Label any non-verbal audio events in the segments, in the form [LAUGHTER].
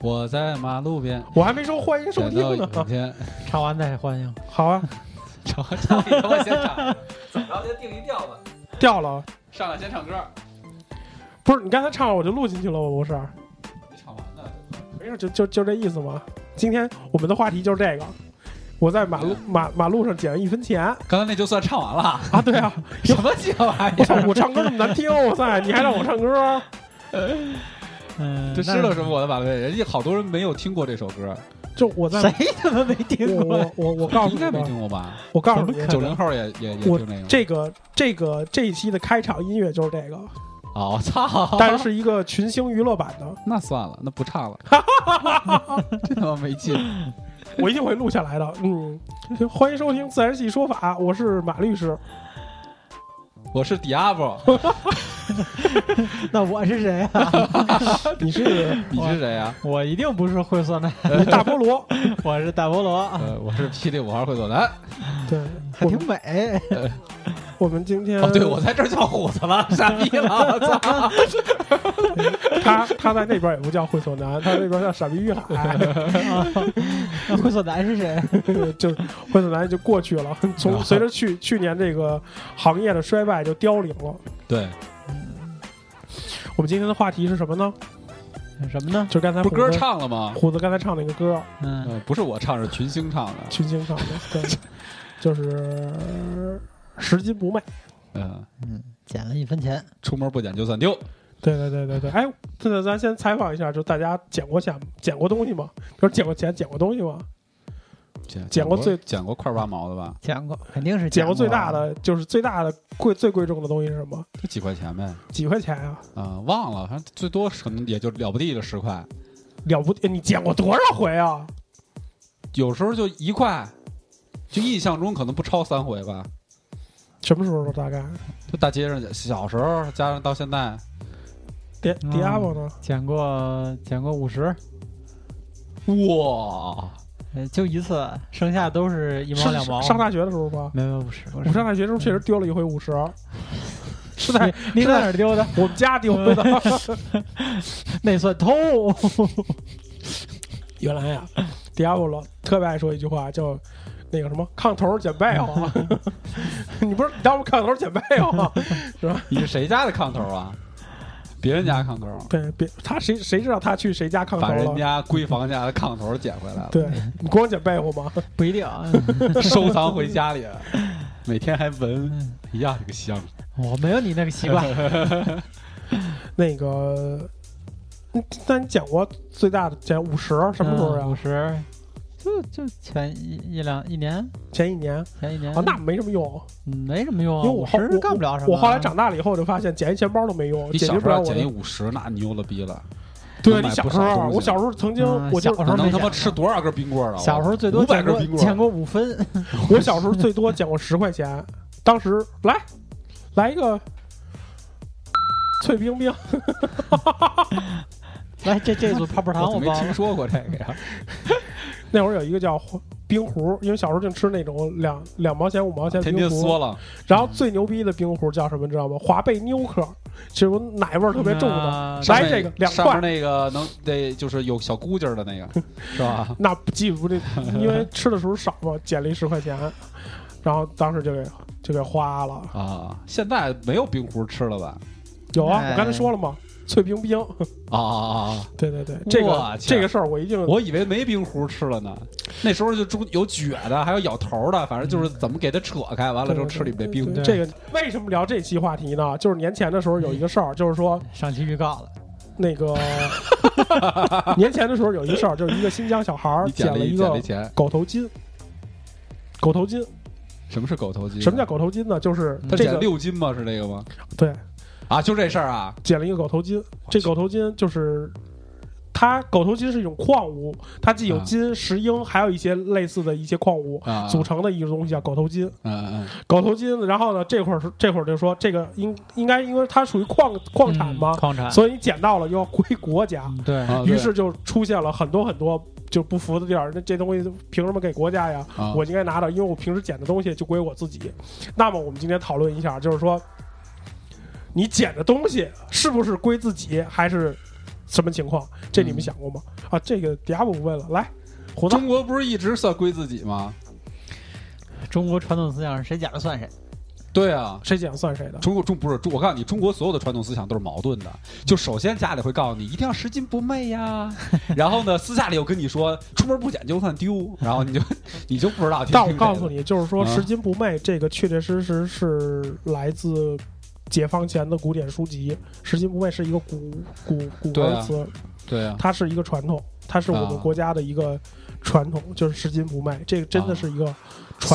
我在马路边我还没说欢迎收捡到听有一呢， [LAUGHS] 天，唱完再欢迎。好啊，找找你他妈先唱，怎么着就定一调吧，掉了。上来先唱歌，不是你刚才唱了我就录进去了，我不是，你唱完了就行。没事，就就就这意思嘛。今天我们的话题就是这个。我在马路马马路上捡了一分钱啊！刚才那就算唱完 [LAUGHS] 了，对啊，什么鸡巴玩意我操！儿？我唱歌那么难听，我操！你还让我唱歌？啊嗯，这那是了什么？我的马路边，人家好多人没有听过这首歌，就我在谁他妈没听我过我呀？我我告诉应你该没们，听过吧？我告诉你怎么们，九零后也也也我听这个。这个这个这一期的开场音乐就是这个，哦，操！但是是一个群星娱乐版的， [LAUGHS] 那算了，那不 [LAUGHS] 唱了， [LAUGHS] 真他妈没劲。我一定会录下来的。嗯，欢迎收听《自然系说法》，我是马律师。我是 Diablo，那我是谁啊？你是你是谁 [LAUGHS] 啊？我一定不是会算的，嗯你大菠萝， [LAUGHS] 我是大菠萝，呃，我是霹雳五号会所男。 [LAUGHS] 对，还我挺们美。我们今天哦，对，我在这儿叫虎子了，傻逼了，我操！ [LAUGHS] 他他在那边也不叫会所男，他那边叫傻逼玉海，那会所男是谁？就会所男就过去了。从随着去去年这个行业的衰败就凋零了。对，我们今天的话题是什么呢？什么呢？就是刚才不是虎歌子唱了吗？虎子刚才唱那个歌，嗯，呃，不是我唱，是群星唱的。群星唱的，对，就是拾金不昧。嗯，捡了一分钱，出门不捡就算丢。对对对对对，哎，真的，咱先采访一下，就大家捡过钱、捡过东西吗？比如捡过钱、捡过东西吗？捡捡过最捡过块八毛的吧？捡过，肯定是捡过过最大。的就是最大的贵最贵重的东西是什么？就几块钱呗。几块钱啊？啊，忘了，反正最多可能也就了不地的十块，了不，哎你捡过多少回啊？有时候就一块，就印象中可能不超三回吧。什么时候大概？就大街上，小时候加上到现在，迪嗯迪亚波呢？捡过，捡过五十，哇，呃就一次，剩下都是嗯一毛是两毛。上大学的时候吧，没有五十，我我上大学的时候确实丢了一回五十， [LAUGHS] 是在你在哪儿丢的？我们家丢的。那算偷。原来呀、迪亚波罗特别爱说一句话，叫那个什么“炕头捡被窝”， [LAUGHS] 你不是你当我炕头捡被哦窝？你是谁家的炕头啊？别人家炕头， [LAUGHS] 对，别他谁谁知道他去谁家炕头把人了？家闺房家的炕头捡回来了，对你光捡被窝吗？不 [LAUGHS] 一定啊，收藏回家里，每天还闻，哎呀，这个香！我没有你那个习 [LAUGHS] 惯。那个，嗯那你捡过最大的捡五十什么时候嗯嗯五啊？十，就就前一一两一年，前一年前一年啊，那没什么用。嗯没什么用啊，因为我后50干不了什么。我后来长大了以后就发现，捡一钱包都没用，你解小决时不候要了我捡一的。五十，那牛了逼了，对啊能买你小不时少候，啊东西我小时候曾经嗯，我就啊小时候我能没他妈捡吃多少根冰棍儿啊？我小时候最多500捡根过冰棍儿捡过五分，我小时候最多捡过十块钱，当时来来一个脆冰冰， [LAUGHS] 来这这组泡泡我糖怎么包没听了。 [LAUGHS] 说过这个呀？那会儿有一个叫黄冰壶，因为小时候净吃那种两两毛钱、五毛钱的啊天冰天壶缩。了，然后最牛逼的冰壶叫什么？你知道吗？华贝妞克，这种奶味儿特别重嗯的，那来上面这个两块上面那个能得就是有小箍劲儿的那 [LAUGHS] 个，是吧？那记不 [LAUGHS] 这，因为吃的时候少嘛，捡了一十块钱，然后当时就给就给花了。啊，现在没有冰壶吃了吧？有啊，哎我刚才说了嘛，脆冰冰。 [LAUGHS] 啊啊啊啊！对对对，这个我去这个事儿我一定我以为没冰壶吃了呢，那时候就中有撅的，还有咬头的，反正就是怎么给它扯开，完了之后吃里边的冰。嗯对这个为什么聊这期话题呢？就是年前的时候有一个事儿，就是说上期预告了，那 [LAUGHS] 个年前的时候有一个事儿，就是一个新疆小孩儿你捡捡了了一一捡了个一钱，狗头金。狗头金，什么是狗头金？什么叫？狗头金呢？就是他嗯这捡个六斤吗？是这个吗？对，啊，就这事儿啊。捡了一个狗头金。这狗头金就是它，狗头金是一种矿物，它既有啊金、石英，还有一些类似的一些矿物啊，组成的一个东西叫狗头金。嗯嗯狗头金，然后呢，这会儿是这会儿就说这个应应该因为它属于矿矿产嘛嗯，矿产，所以你捡到了又要归国家，嗯对 [LAUGHS] 嗯，啊于是就出现了很多很多就不服的地儿。那这东西凭什么给国家呀？对啊我应该拿到，因为我平时捡的东西就归我自己。那么我们今天讨论一下，就是说你捡的东西是不是归自己，还是什么情况？这嗯你们想过吗？啊，这个迪亚布不问了，来，胡子中国不是一直算归自己吗？中国传统思想是谁捡的算谁。对啊。谁捡算谁的？中国中不是中，我告诉你，中国所有的传统思想都是矛盾的。就首先家里会告诉你一定要拾金不昧 [LAUGHS] 呀，然后呢，私下里又跟你说出门不捡就算丢，然后你 [LAUGHS] 就你就不知道听。但我听谁告的诉你，就是说“啊拾金不昧”这个确确实实是来自解放前的古典书籍，“拾金不昧”是一个古古古对文啊词，对啊，它是一个传统，它是我们啊国家的一个传统，就是“拾金不昧”，这个真的是一个传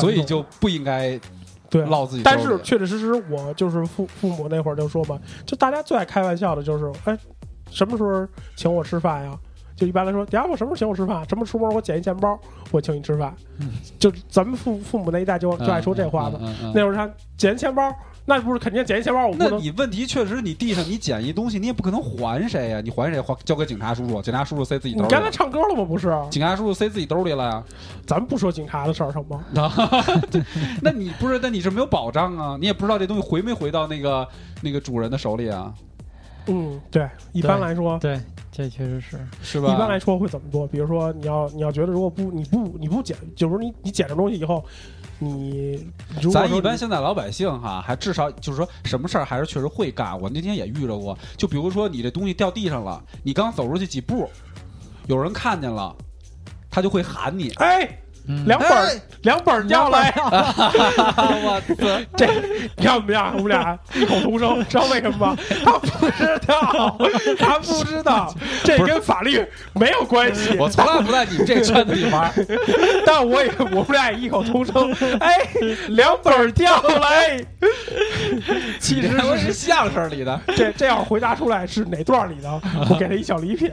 啊统，所以就不应该对。啊落自己兜但里。是确确实实，我就是父父母那会儿就说嘛，就大家最爱开玩笑的就是，哎，什么时候请我吃饭呀？就一般来说，等下我什么时候请我吃饭？什么出门我捡一钱包，我请你吃饭。就咱们父父母那一代就就爱说这话嘛。嗯。嗯嗯嗯那会儿他捡一钱包，那不是肯定捡一钱包，我哦不那能你问题确实，你地上你捡一东西，你也不可能还谁呀、你还谁还交给警察叔叔，警察叔叔塞自己你兜里刚才了。唱歌了吗？不是，警察叔叔塞自己兜里了呀、咱们不说警察的事儿，成吗？那你不是？那你是没有保障啊，你也不知道这东西回没回到那个那个主人的手里啊，嗯，对，一般来说，对，这确实是。是吧？一般来说会怎么做？比如说，你要你要觉得如果不你不你不捡，就是说你你捡着东西以后，你如果咱说一般你现在老百姓哈，还至少就是说什么事儿还是确实会干。我那天也遇着过，就比如说你这东西掉地上了，你刚走出去几步，有人看见了，他就会喊 [LAUGHS] 你。哎嗯两本儿两本儿掉了，哎我操！ [LAUGHS] 这你看怎么样？我们俩异口同声，知道为什么 [LAUGHS] 吗？他不知道，他不知道，这跟法律没有关系。我从来不在你们这圈子里玩儿。但我也我们俩也异口同声，哎，两本儿掉了，哎，其实是是相声里的，这这要回答出来是哪段里的，我给他一小礼品。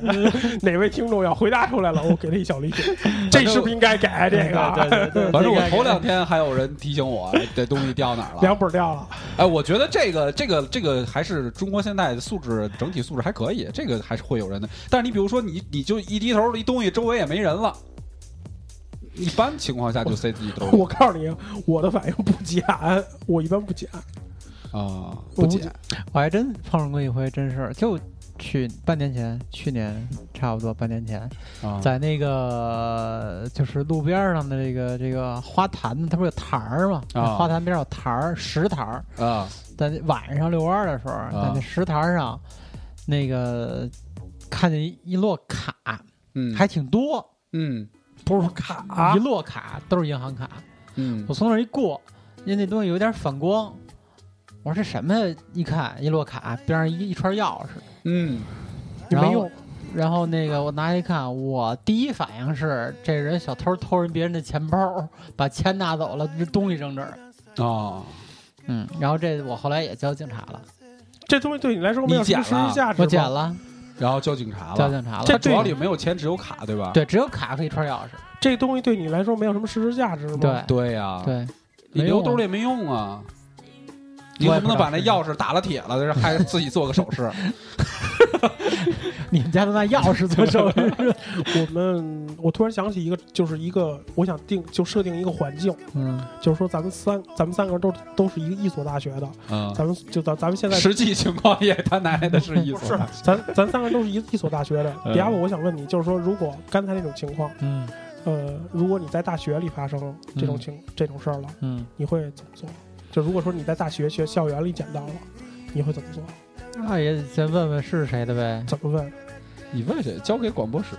哪位听众要回答出来了，我给他一小礼品。这是不是应该改嗯这对个？啊对 [LAUGHS] 对，啊反正我头两天还有人提醒我哎这东西掉哪儿了。两本儿掉了，哎，我觉得这个这个这个还是中国现在的素质整体素质还可以，这个还是会有人的。但是你比如说你你就一低头，一东西周围也没人了，一般情况下就塞自己兜里我告诉你，我的反应不减，我一般不减。啊，不捡我还真碰上过一回真事儿，就去半年前，去年差不多半年前，啊在那个就是路边儿上的这个这个花坛子，它不是有台儿嘛？啊花坛边上有台儿，石台儿，啊在那晚上遛弯儿的时候，在那石台儿上，那个看见一一摞卡，嗯还挺多，嗯不是卡啊一，摞卡都是银行卡。嗯我从那儿一过，因为那东西有点反光，我说这什么呀？一看一摞卡，边上一一串钥匙。嗯你然没后用。然后那个我拿一看，我第一反应是这人小偷偷人别人的钱包，把钱拿走了，这东西扔这儿。啊，嗯，然后这我后来也交警察了，这东西对你来说没有你什捡么了实际价值吗。我捡了，然后交警察交了。警察了。这他主要里没有钱，只有卡，对吧？对，只有卡和一串钥匙。嗯这东西对你来说没有什么实质价值吗？对对呀，对，你没留用兜里也没用啊。你我也能不不能知道把那是钥匙打了铁了，还自己做个首饰？你们家都拿钥匙做生 [LAUGHS] 意？我们我突然想起一个，就是一个我想定就设定一个环境，嗯，就是说咱们三咱们三个人都都是一个一所大学的，嗯，咱们就咱咱们现在实际情况也他奶奶的是意思啊是。咱咱三个人都是一一所大学的。嗯迪亚布，我想问你，就是说如果刚才那种情况，嗯呃，如果你在大学里发生这种情、这种事儿了，嗯，你会怎么做？就如果说你在大学学校园里捡到了，你会怎么做？那也得先问问是谁的呗。怎么问？你问谁？交给广播室。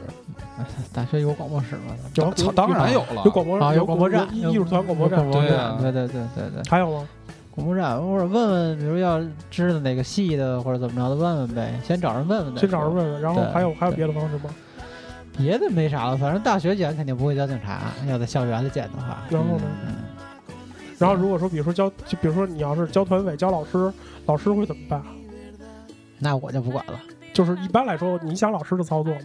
大学有广播室吗？有操当然有了有广播啊，有广播站，有艺术团广播站有，广播对啊站，对对对对对，还有吗？广播站，或者问问，比如要知道哪个系的或者怎么着的，问问呗，先找人问问再先说。找人问问，然后对还有还有对别的方式吗？别的没啥了，反正大学捡肯定不会交警察，要在校园里捡的话。然后呢嗯？然后如果说，比如说教，就比如说你要是教团委、教老师，老师会怎么办？那我就不管了。就是一般来说，你想老师的操作嘛？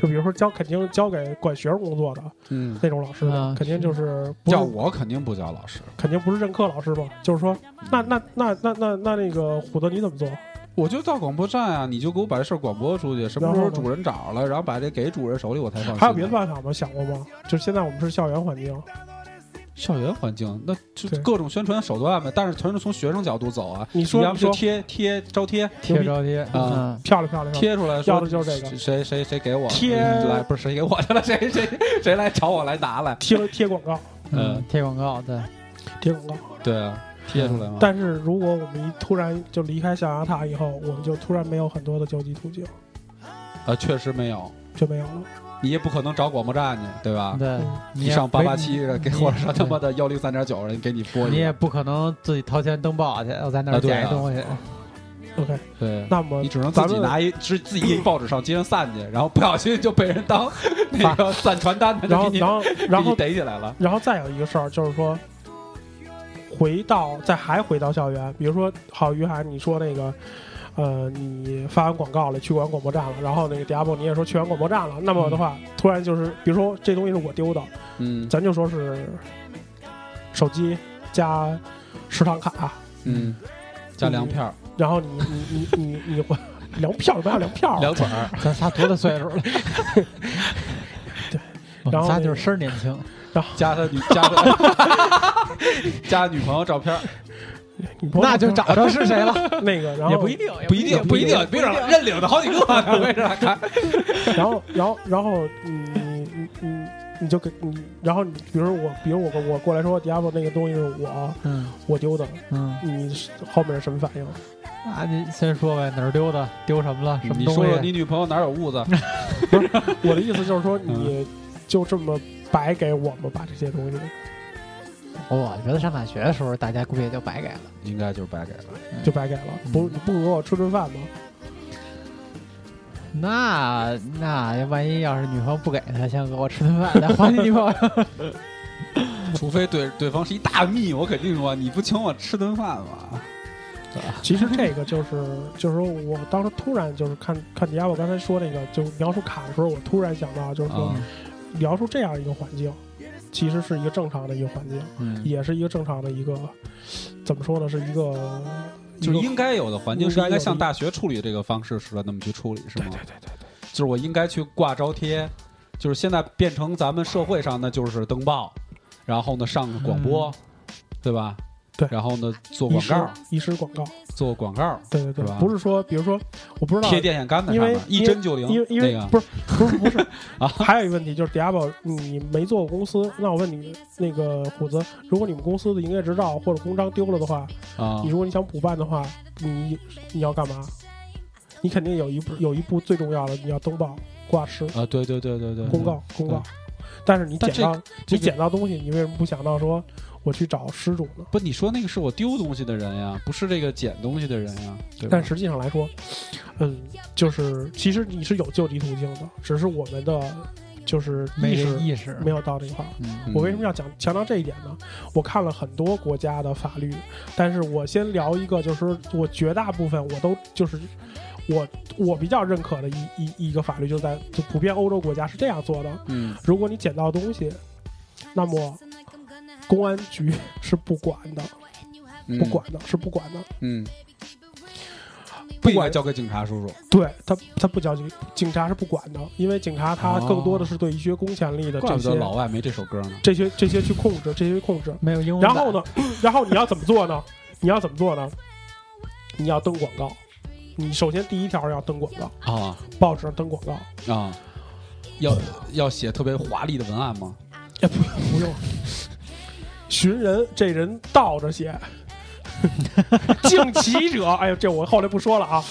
就比如说教，肯定交给管学生工作的嗯，那种老师嘛，嗯肯定就是不是叫我肯定不叫老师，肯定不是任课老师嘛。就是说，那那那那那那那个虎子你怎么做？我就到广播站啊，你就给我把这事儿广播出去，什么时候主任找了，然后把这给主任手里，我才放心。还有别的办法吗？想过吗？就现在我们是校园环境，校园环境，那就对各种宣传手段呗，但是全是从学生角度走啊。你说要么就你说贴贴招贴贴嗯牛逼，招贴啊，漂亮漂亮，漂亮贴出来说，嗯要的就是这个谁谁谁给我贴嗯来不是谁给我的了，谁谁谁来找我来拿来，贴了贴广告，嗯嗯，贴广告，对，贴广告。对啊，贴出来嘛。嗯但是如果我们一突然就离开象牙塔以后，我们就突然没有很多的救济途径，呃，确实没有，就没有了。你也不可能找广播站去，对吧？对嗯，你你也啊上八没八七给或者上他妈的幺零三点九，人给你播你一也个，不可能自己掏钱登报去，我在那啊儿对啊捡一东西。 OK，对，那么你只能自己咱们拿一只自己一报纸上街上散去，然后不小心就被人 [LAUGHS] 当那个散传单的，然后给你然后然给后你逮起来了。然后再有一个事儿就是说，回到再还回到校园，比如说好于涵，你说那个，呃，你发完广告了，去完广播站了，然后那个迪亚波你也说去完广播站了，那么的话，突然就是比如说这东西是我丢的，嗯咱就说是手机加食堂卡，嗯，加粮票儿、然后你你你你你会粮票什么要粮票啊？粮腿儿，咱仨多大岁数了？我然们后仨那就个是身儿年轻，加他女加他 [LAUGHS] 加女朋友照片儿，你不那就找着是谁了，那个，然后也不一定，也不一哎定不一定，别让认领的好几个呢，为啥看？然后，然后，然后你你你你就给你，然后你比如我，比如我我过来说 Diablo 那个东西是我嗯我丢的，嗯，你后面是什么反应？那你先说呗，哪儿丢的？丢什么了？什么 [LAUGHS] 你东 [LAUGHS] 说说西？你女朋友哪儿有痦子？我的意思就是说，你就这么白给我们把这些东西，我觉得上大学的时候，大家估计也就白给了。应该就是白给了。就白给了，不嗯不给我吃顿饭吗？那那万一要是女朋友不给他，先给我吃顿饭，再还你女朋友。除非对对方是一大蜜，我肯定说你不请我吃顿饭吗？其实这个就是就是说我当时突然就是看看 Diablo 刚才说那个就描述卡的时候，我突然想到就是说啊，描述这样一个环境，其实是一个正常的一个环境。嗯，也是一个正常的一个，怎么说呢，是一个就一个应该有的环境是应该应有该的像大学处理这个方式似的那么去处理，是吗？对对对对对，就是我应该去挂招贴，就是现在变成咱们社会上那就是登报，然后呢上广播，对吧？嗯对然后呢做遗广失告，遗失广告，做广告，对对对是吧，不是说，比如说，我不知道贴，电线杆子因上为面一针就灵，因为因为、那个不是不是不是 [LAUGHS] 啊还有一个问题就是 Diablo，你没做过公司，那我问你，那个虎子，如果你们公司的营业执照或者公章丢了的话，啊你，如果你想补办的话，你你要干嘛？你肯定有一步有一步最重要的，你要登报挂失啊，对对对对对，公告公告对。但是你嗯但捡到、这你个捡到东西，你为什么不想到说我去找失主呢？不，你说那个是我丢东西的人呀，不是这个捡东西的人呀，对吧？但实际上来说，嗯，就是其实你是有救济途径的，只是我们的就是没意这识意识，没有到这一块儿。嗯，我为什么要讲强调这一点呢？我看了很多国家的法律，但是我先聊一个，就是我绝大部分我都就是我我比较认可的一一一个法律，就在就普遍欧洲国家是这样做的：嗯如果你捡到东西，那么公安局 [LAUGHS] 是不管的，嗯不管的，是不管的。嗯不应该交给警察叔叔。对他，他不交警，警察是不管的，因为警察他哦更多的是对一些公权力的怪这不得老些、外没这首歌呢。这些、这些去控制，这些去控制。没有英文然版。后呢，然后你要怎么做呢？你要怎么做呢？你要登广告，你首先第一条要登广告，啊报纸上登广告，啊，要要写特别华丽的文案吗？也不用 [LAUGHS] 不用。寻人，这人倒着写。敬骑者，哎呦，这我后来不说 [LAUGHS] 了啊，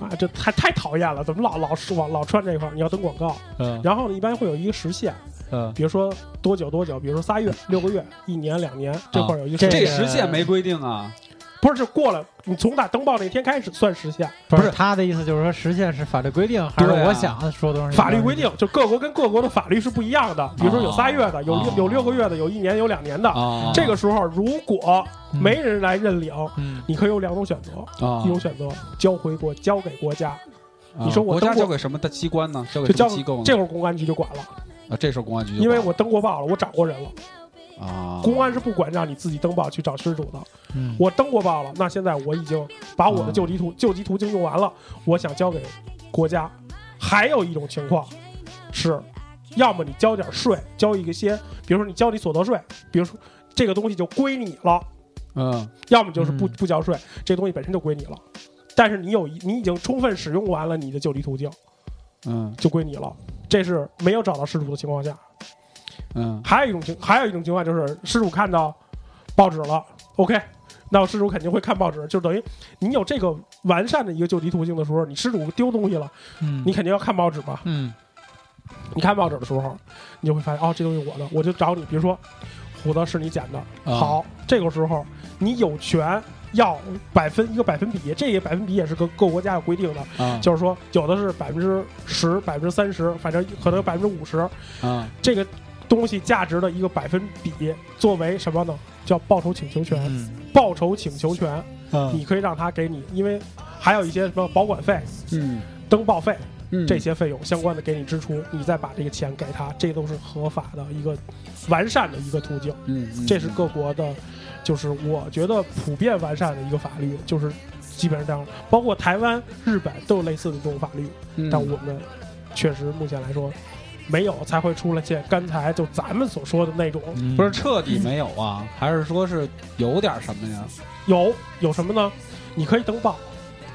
啊，这太太讨厌了，怎么老老说老穿这块儿？呃你要登广告，嗯然后呢，一般会有一个时限，嗯，比如说多久多久，比如说仨月、六个月、一年、两年，这块儿有一个这时啊这限，时限没规定啊。不是就过了，你从打登报那天开始算时限，不不是是他的意思，就是说实现是法律规定，还是对啊我想说东西？法律规定，就各国跟各国的法律是不一样的，比如说有仨月的，有哦六有六个月的，有一年有两年的。啊，这个时候如果嗯没人来认领，嗯，你可以有两种选择，啊一，种选择交回国交给国家，啊你说我国家登过交给什么的机关呢？交就给什交么机构呢？这会儿公安局就管了，啊，这时候公安局嗯就因为管我登过报了，我找过人了，了啊，公安是不管让你自己登报去找失主的。嗯我登过报了，那现在我已经把我的救急途、救急途径用完了，我想交给国家。还有一种情况是，要么你交点税，交一个些，比如说你交你所得税，比如说这个东西就归你了；嗯要么就是不、嗯不交税，这东西本身就归你了。但是你有一，你已经充分使用完了你的救急途径，嗯就归你了。这是没有找到失主的情况下。嗯还有一种情，还有一种情况就是失主看到报纸了，OK，那失主肯定会看报纸，就等于你有这个完善的一个救急途径的时候，你失主丢东西了，嗯你肯定要看报纸嘛。嗯你看报纸的时候，你就会发现哦，这东西我的，我就找你，比如说虎子是你捡的，啊好，这个时候你有权。要百分一个百分比，这个百分比也是各各国家有规定的，啊就是说有的是百分之十、百分之三十，反正可能有百分之五十，啊这个东西价值的一个百分比作为什么呢？叫报酬请求权。嗯报酬请求权，嗯你可以让他给你，因为还有一些什么保管费、嗯登报费嗯这些费用相关的给你支出，你再把这个钱给他，这都是合法的一个完善的一个途径。嗯嗯这是各国的，就是我觉得普遍完善的一个法律，就是基本上这样。包括台湾、日本都有类似的这种法律。嗯但我们确实目前来说没有，才会出了现刚才就咱们所说的那种嗯不是彻底没有啊，还是说是有点什么呀？有有什么呢？你可以登报，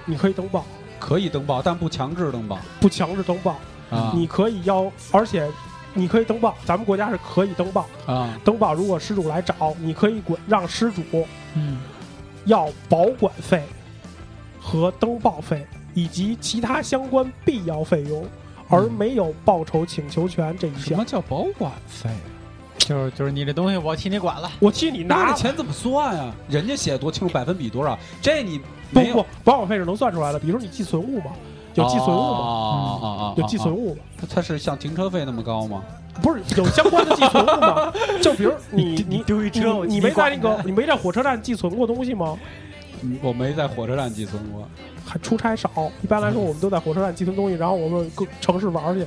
你可以登报，可以登报，但不强制登报不强制登报，啊。你可以要，而且你可以登报，咱们国家是可以登报，啊登报如果失主来找，你可以管让失主嗯要保管费和登报费以及其他相关必要费用。而没有报酬请求权这一嗯什项么，叫保管费？就是就是你这东西我替你管了，我替你那拿这钱怎么算啊？人家写多清楚，百分比多少？这你不没有不，保管费是能算出来的。比如说你寄存物嘛，有寄存物嘛，啊啊啊！嗯有寄存物，物嘛，它是像停车费那么高吗？不是有相关的寄存物嘛？就比如 [LAUGHS] 你你你丢一车我替你你没在管那个你没在火车站寄存过东西吗？嗯我没在火车站寄存过还出差少，一般来嗯说我们都在火车站寄存东西，然后我们各城市玩去。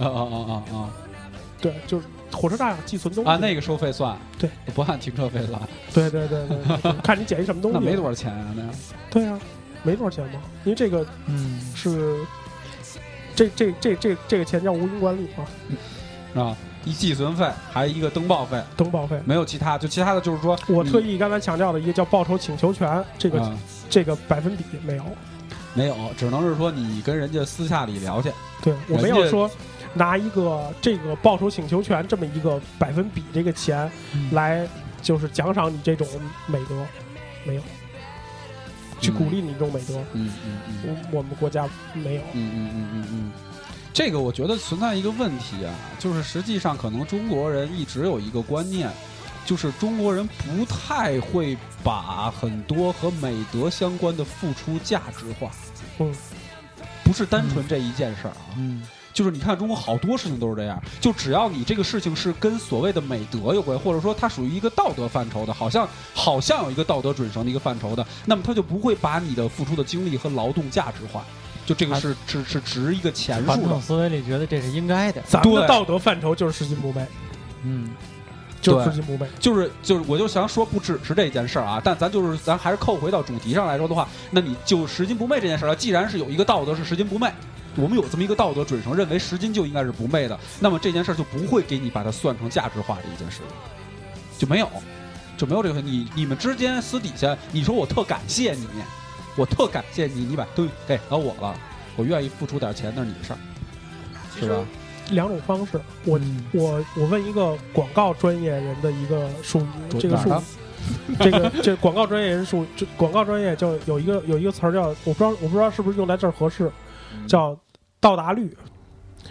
啊啊啊啊啊！对，就是火车站寄存东西按哦啊那个收费算，对，不按停车费算，对对对对对，对看你捡一什么 [LAUGHS] 东那西。没多少钱啊，那对啊，没多少钱嘛，因为这个嗯，是这这这这这个钱叫无因管理嘛，是吧？一寄存费，还一个登报费，登报费。没有其他，就其他的就是说，我你特意刚才强调的一个叫报酬请求权，这个、嗯啊这个百分比没有。没有，只能是说你跟人家私下里聊去。对我没人有家说拿一个这个报酬请求权这么一个百分比这个钱嗯来就是奖赏你这种美德，没有，去鼓励你这种美德，嗯嗯嗯嗯我我们国家没有。嗯嗯嗯嗯嗯，这个我觉得存在一个问题啊，就是实际上可能中国人一直有一个观念，就是中国人不太会把很多和美德相关的付出价值化。嗯，不是单纯这一件事儿啊。嗯就是你看中国好多事情都是这样，就只要你这个事情是跟所谓的美德有关，或者说它属于一个道德范畴的，好像好像有一个道德准绳的一个范畴的，那么它就不会把你的付出的精力和劳动价值化，就这个啊是是是值一个嗯钱传数统的。思维里觉得这是应该的，咱们的对道德范畴就是拾金不昧，嗯，就是对拾金不昧。就是就是，我就想说不只是这件事儿啊，但咱就是咱还是扣回到主题上来说的话，那你就拾金不昧这件事儿啊，既然是有一个道德是拾金不昧，我们有这么一个道德准绳，认为拾金就应该是不昧的，那么这件事儿就不会给你把它算成价值化的一件事，就没有就没有这个你你们之间私底下，你说我特感谢你，我特感谢你，你把东西给到我了，我愿意付出点钱，那是你的事儿，其是实吧？两种方式，我嗯我我问一个广告专业人的一个术语，主这个哪术儿呢语，这个这广告专业人术语，这广告专业叫有一个有一个词儿叫，我不知道我不知道是不是用在这儿合适，叫到达率。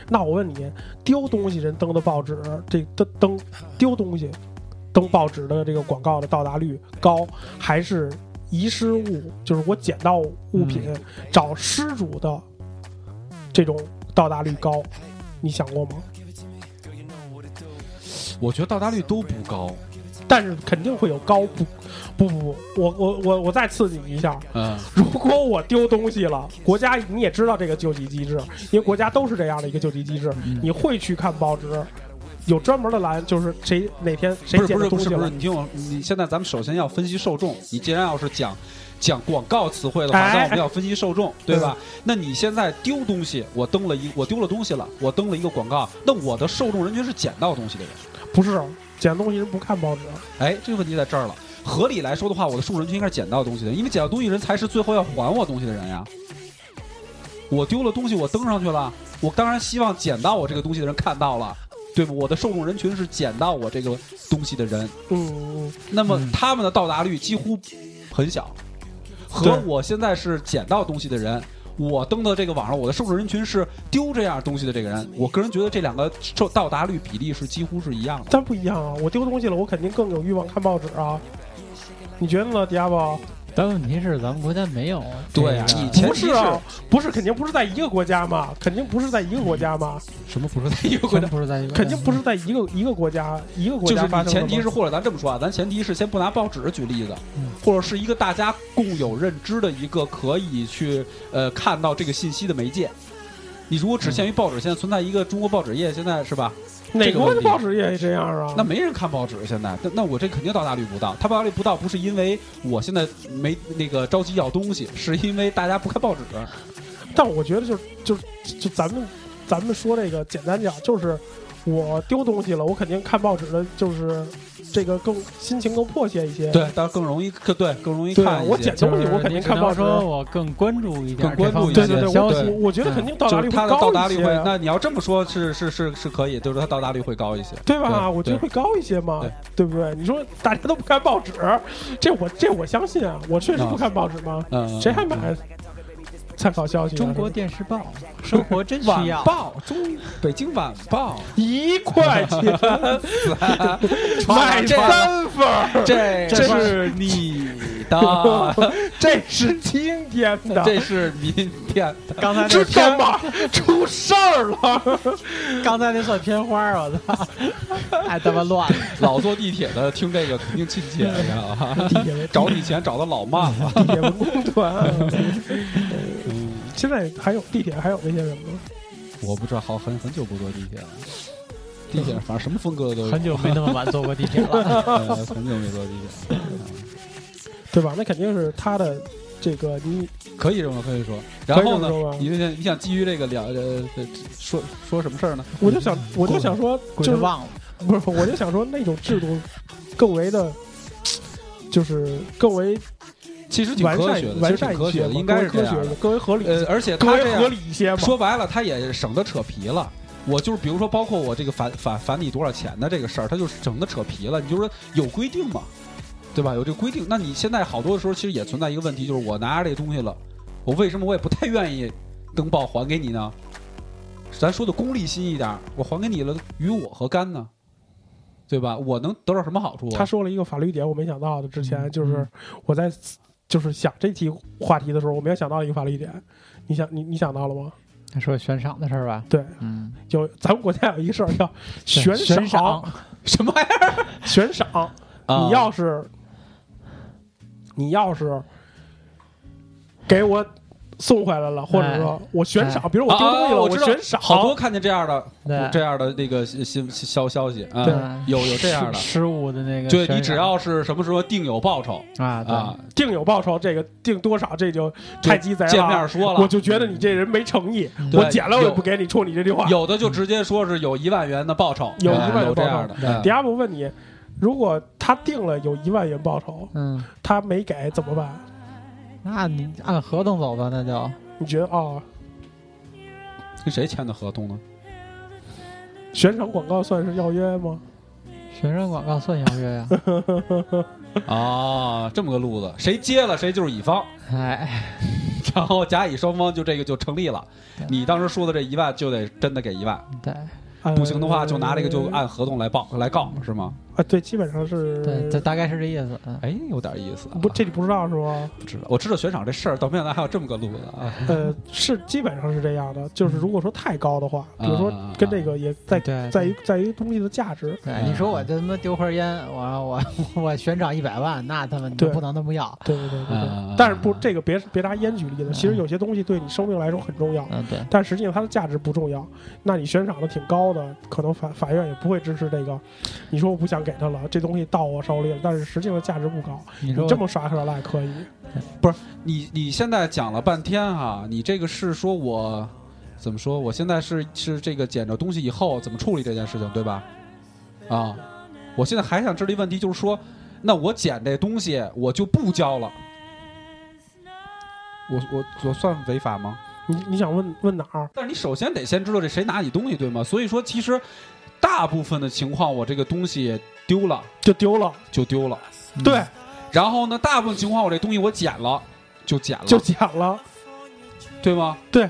那我问你，丢东西人登的报纸，这登登丢东西登报纸的这个广告的到达率高，还是遗失物，就是我捡到物品、找失主的这种到达率高？你想过吗？我觉得到达率都不高，但是肯定会有高不不不不，我我我我再刺激你一下，嗯，如果我丢东西了，国家你也知道这个救济机制，因为国家都是这样的一个救济机制，嗯你会去看报纸，有专门的栏，就是谁哪天谁不是捡不的是东不西是不是，了。你听我，你现在咱们首先要分析受众。你既然要是讲讲广告词汇的话，哎那我们要分析受众，对吧？那你现在丢东西，我登了一，我丢了东西了，我登了一个广告，那我的受众人群是捡到东西的人。不是捡东西人不看报纸，哎，这个问题在这儿了。合理来说的话，我的受众人群应该是捡到东西的，因为捡到东西人才是最后要还我东西的人呀。我丢了东西，我登上去了，我当然希望捡到我这个东西的人看到了，对吗？我的受众人群是捡到我这个东西的人，嗯，那么嗯他们的到达率几乎很小，和对我现在是捡到东西的人，我登到这个网上，我的受众人群是丢这样东西的这个人，我个人觉得这两个受到达率比例是几乎是一样的。 [LAUGHS] 但不一样啊，我丢东西了，我肯定更有欲望看报纸啊。你觉得呢，迪亚宝？但问题是咱们国家没有这个。对啊以前不提是啊，不是，肯定不是在一个国家嘛，肯定不是在一个国家嘛，嗯什么不是在一个国家不是在一个，肯定不是在一个一个国家一个国就是家发你生的前嘛。提是，或者咱这么说啊，咱前提是先不拿报纸举例子嗯，或者是一个大家共有认知的一个可以去呃看到这个信息的媒介。你如果只限于报纸，现在存在一个中国报纸业，现在是吧？哪这个国问的题报纸也这样啊？那没人看报纸，现在那那我这肯定到达率不到。他到达率不到，不是因为我现在没那个着急要东西，是因为大家不看报纸。哦但我觉得就是就是就咱们咱们说这个简单讲，就是我丢东西了，我肯定看报纸的，就是这个更心情更迫切一些。 [LAUGHS] 对，当然更容易，更对更容易对啊看一些。我嗯捡就是东西我肯定看报纸只能说我更关注一点更关注一对这方些对面的对，消我对息。我我觉得肯定到达率就是会它的到达高一率些，啊会，那你要这么说，是是是是可以，就是它到达率会高一些。对吧？对我觉对得会高一些嘛，对不对？你说大家都不看报纸，这我这我相信啊，我确实啊不看报纸吗？嗯，谁还买参考消息啊？中国电视报，生活真需晚要。报中北京晚 [LAUGHS] 报一块钱 [LAUGHS] 买这三份儿，这这是 [LAUGHS] 你的，这是今天的。这是明天的。刚才知那道片，吗？ [LAUGHS] 出事儿了！ [LAUGHS] 刚才那算片花儿，我 [LAUGHS] 操！太他妈乱了。 [LAUGHS] 老坐地铁的听这个肯定亲切呀，地铁文找你钱找的老慢 [LAUGHS] 了。地铁文工团，啊 [LAUGHS] 嗯现在还有地铁还有那些人吗？我不知道，好很很久不坐地铁了。地铁反正什么风格的都有，[LAUGHS] 很久没那么晚坐过地铁 [LAUGHS] 了。呃很久没坐地铁了，嗯对吧？那肯定是他的这个你可以这么可以说。可以然这后么说吧呢，你就想你想基于这个两呃呃说说什么事儿呢？我就嗯想我就想说，鬼就都是忘了，不是，我就想说那种制度更为的，就是更为其实挺完科善学的，其完实善挺一科学些的，嘛，应该是更这为科样学的的，。更为合理，呃，而且更他这为样合理一些嘛。说白了，他也省得扯皮了。我就是，比如说，包括我这个返返返你多少钱的这个事儿，他就省得扯皮了。你就说有规定嘛，对吧？有这个规定，那你现在好多的时候其实也存在一个问题，就是我拿着这东西了，我为什么我也不太愿意登报还给你呢？咱说的功利心一点儿，我还给你了，与我何干呢？对吧？我能得到什么好处啊？他说了一个法律点，我没想到的。之嗯前就是我在就是想这题话题的时候，我没有想到一个法律点。你想你你想到了吗？他说悬赏的事儿吧？对，嗯，有咱们国家有一个事儿叫悬悬赏，，什么玩意悬赏。儿？你要是你要是给我送回来了，或者说我选少，比如我丢东西哎啊了，我知道选少，好多看见这样的对这样的那个新新消消息啊对，有有这样的，失误的那个选对手，你只要是什么时候定有报酬啊对啊，定有报酬，这个定多少这就太鸡贼了。啊见面说了嗯我就觉得你这人没诚意，嗯对我捡了我也有不给你，冲你这句话。有的就直接说是有一万元的报酬，有啊一万元有这报酬样的，嗯迪亚布问你，如果他定了有一万元报酬，嗯，他没给怎么办？那你按合同走吧，那就你觉得哦，跟谁签的合同呢？悬赏广告算是要约吗？学生广告算邀约呀？啊，这么个路子，谁接了谁就是乙方，哎，然后甲乙双方就这个就成立了对。你当时说的这一万就得真的给一万，对呃不行的话就拿这个就啊，按合同来报来告是吗？啊对，基本上是对，就大概是这意思。嗯哎，有点意思啊，不，这你不知道是吗？不知道，我知道悬赏这事儿，到现在还有这么个路子啊。 [LAUGHS] 呃，是基本上是这样的，就是如果说太高的话，比如说啊跟这个也在对，在于在于东西的价值，对，你说我这他妈丢盒烟，我我我悬赏一百万，那他妈你就对不能那么要。对对对对对。啊但是不，这个别别拿烟举例嗯子，其实有些东西对你生命来说很重要，嗯，对，但实际上它的价值不重要。那你悬赏的挺高的，可能法法院也不会支持这个。你说我不想给他了，这东西到我手里了，但是实际上价值不高。你你嗯说这么耍可赖可以，你你现在讲了半天哈、你这个是说我怎么说？我现在是是这个捡着东西以后怎么处理这件事情，对吧？啊，我现在还想知道一问题，就是说，那我捡这东西我就不交了，我我我算违法吗？你你想问问哪儿？但是你首先得先知道这谁拿你东西，对吗？所以说，其实大部分的情况，我这个东西丢了就丢了，就丢了，对，嗯然后呢，大部分情况我这东西我捡了就捡了，就捡了。对吗？对，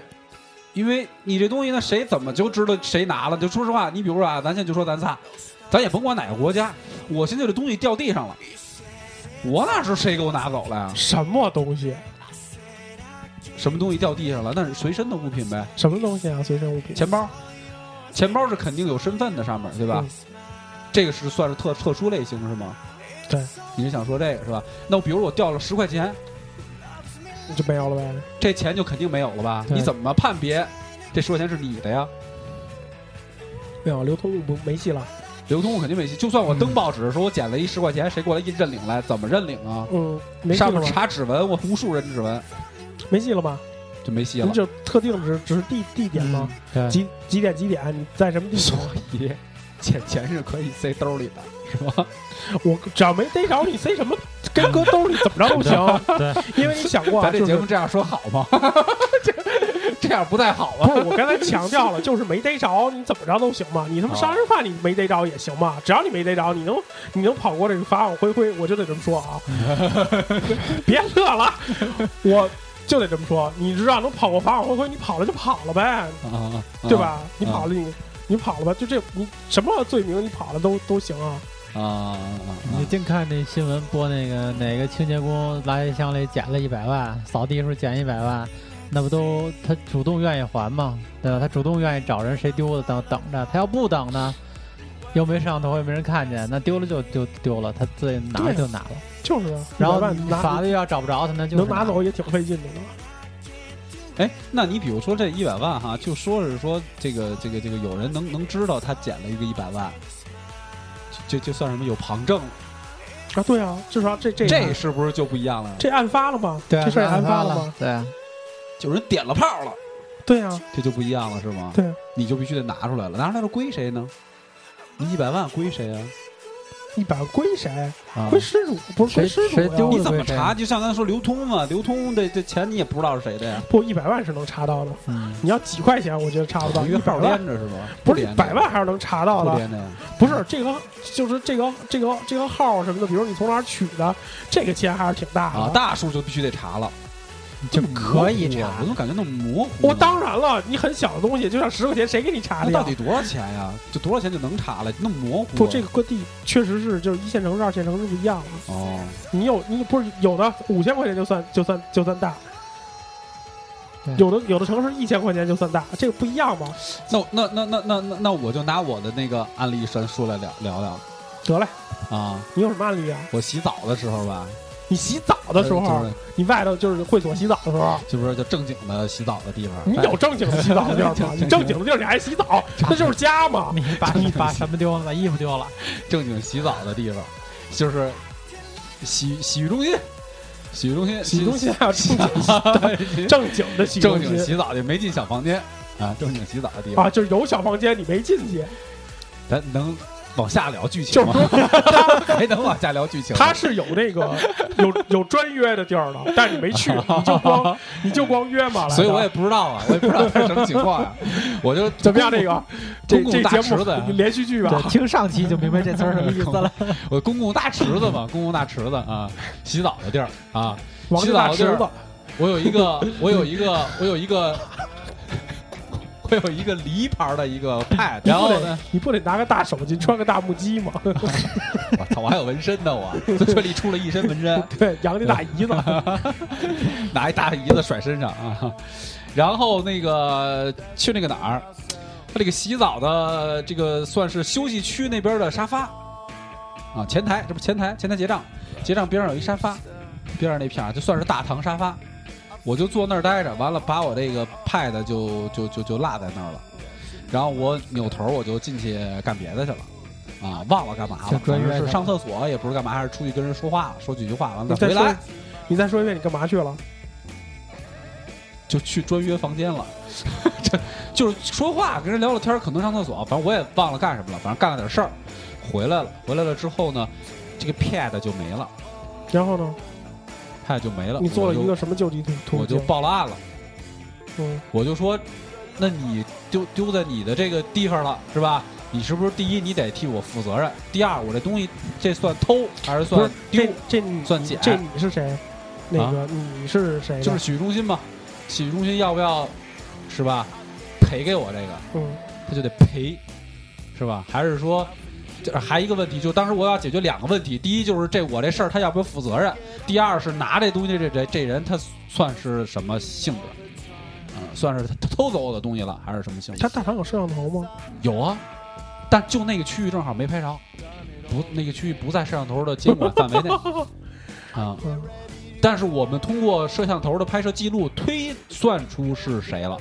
因为你这东西呢，谁怎么就知道谁拿了？就说实话，你比如说啊，咱现在就说咱仨，咱也甭管哪个国家，我现在这东西掉地上了，我哪知道谁给我拿走了呀？什么东西？什么东西掉地上了？那是随身的物品呗，什么东西啊？随身物品？钱包，钱包是肯定有身份的，上面对吧？嗯这个是算是特特殊类型是吗？对，你是想说这个是吧？那我比如我掉了十块钱，嗯就没有了呗。这钱就肯定没有了吧？对你怎么判别这十块钱是你的呀？没有，流通路不没戏了。流通我肯定没戏。就算我登报纸说我捡了一十块钱，谁过来一认领来，怎么认领啊？嗯，没戏上了面吧？查指纹，我无数人指纹没戏了吧？就没戏您了。就特定只只是地地点吗？对几几点几点？你在什么地所方？ [LAUGHS] 以捡钱是可以塞兜里的，是吧？我只要没逮着你，塞什么 [LAUGHS] 跟搁兜里怎么着都行。 [LAUGHS] 对，因为你想过啊，咱这就是节目这样说好吗？ [LAUGHS] 这这样不太好啊不。是我刚才强调了， [LAUGHS] 就是没逮着你怎么着都行嘛。你他妈杀人犯你没逮着也行嘛，只要你没逮着，你能你能跑过这个法网恢恢，我就得这么说啊。 [LAUGHS] 别乐了，我就得这么说。你只要能跑过法网恢恢，你跑了就跑了呗，啊，对吧？你跑了你你跑了吧，就这你什么罪名你跑了都都行啊。啊？啊你嗯净看那新闻播那个哪个清洁工垃圾箱里捡了一百万，扫地时候捡一百万，那不都他主动愿意还吗？对吧？他主动愿意找人谁丢的等等着，他要不等呢，又没摄像头，又没人看见，那丢了就就丢了，他自己拿对了就拿了。就是啊，然后100万你拿法律要找不着他，那就是能拿走也挺费劲的呢。哎，那你比如说这一百万哈，就说是说这个这个这个有人能能知道他捡了一个一百万，就就就算什么有旁证，啊，对啊，至少这这这是不是就不一样了？这案发了吗？对啊，这事儿那案发了吗？？对啊，有人点了炮了，对啊，这就不一样了是吗？对啊，你就必须得拿出来了，拿出来了归谁呢？你一百万归谁啊？一百归谁？啊归失主，不是谁归失主啊谁丢呀你了？怎么查？就像刚才说流通嘛，流通这这钱你也不知道是谁的呀。不，一百万是能查到的。嗯，你要几块钱，我觉得查不到。约一百炮万连着是吗？不是连一着百万还是能查到不的。连着呀。不是这个，就是这个这个这个号什么的，比如你从哪儿取的，这个钱还是挺大的。啊，大数就必须得查了，就这么模糊啊可以查我怎么感觉那么模糊呢？我当然了，你很小的东西，就像十块钱，谁给你查那的到呀？底多少钱呀？就多少钱就能查了？那么模糊。啊不，这个各地确实是，就是一线城市、二线城市不一样了。哦，你有你不是有的五千块钱就算就算就算大对，有的有的城市一千块钱就算大，这个不一样嘛。那我那那那那那那我就拿我的那个案例先说来聊聊聊得嘞，啊。你有什么案例啊？我洗澡的时候吧，你洗澡的时候啊哎就是，哎你外头就是会所洗澡的时候，就不是就正经的洗澡的地方。哎你有正经的洗澡的地 [LAUGHS] 儿吗？你正经的地儿你还洗澡，那就是家嘛。你 [LAUGHS] 把你把什么丢了？把衣服丢了？正经洗澡的地方，就是洗洗浴中心，洗浴中心，哎洗东西还有正经啊 [LAUGHS] 正经的洗正东经西洗澡的，没进小房间啊，正经洗澡的地方。啊，就是有小房间你没进去，咱能往下聊剧情就是吗？说 [LAUGHS] 还能往下聊剧情吗？他是有那个有有专约的地儿的，但是你没去，你就光你就光约嘛来的。所以我也不知道啊，我也不知道他是什么情况 [LAUGHS] 呀、我就怎么样？这个这公共这大节池子呀啊目连续剧吧对，，听上期就明白这词儿什么意思 [LAUGHS] 了。我公共大池子嘛，公共大池子啊，洗澡的地儿啊，王洗大澡的池地儿子，我有一个，我有一个，我有一个，我有一个梨牌的一个 pad，然后呢，你不得拿个大手巾穿个大木屐 [LAUGHS] 吗？我操，我还有纹身呢，我这这里出了一身纹身，对，杨家大姨子，拿一大姨子甩身上啊。然后那个去那个哪儿，他这个洗澡的这个算是休息区那边的沙发啊，前台这不前台前台结账，结账边上有一沙发，边上那片儿就算是大堂沙发，我就坐那儿待着，完了把我这个 pad 就就就就落在那儿了，然后我扭头我就进去干别的去了。啊，忘了干嘛就了，专约反正去是了上厕所，也不是干嘛，还是出去跟人说话了，说几句话， [LAUGHS] 完了你再再回说来，你再说一遍，你干嘛去了？就去专约房间了， [LAUGHS] 这就是说话跟人聊聊天儿，可能上厕所，反正我也忘了干什么了，反正干了点事儿，回来了，回来了之后呢，这个 pad 就没了然后呢？ ，pad 就没了，你做了我就一个什么救济途途我就径？报了案了，嗯，我就说，那你丢丢在你的这个地方了，是吧？你是不是第一你得替我负责任？第二，我这东西这算偷还是不算是丢？这哎这你算捡啊这你是谁？那个你是谁的？就是洗浴中心嘛，洗浴中心要不要，是吧？赔给我这个。嗯，他就得赔，是吧？还是说，这还一个问题，就当时我要解决两个问题，第一就是这我这事儿他要不要负责任，第二是拿这东西这这这人他算是什么性质？啊、算是他偷走我的东西了，还是什么性质他？大堂有摄像头吗？有啊，但就那个区域正好没拍着，不，那个区域不在摄像头的监管范围 [LAUGHS] 内啊。嗯，但是我们通过摄像头的拍摄记录推算出是谁了，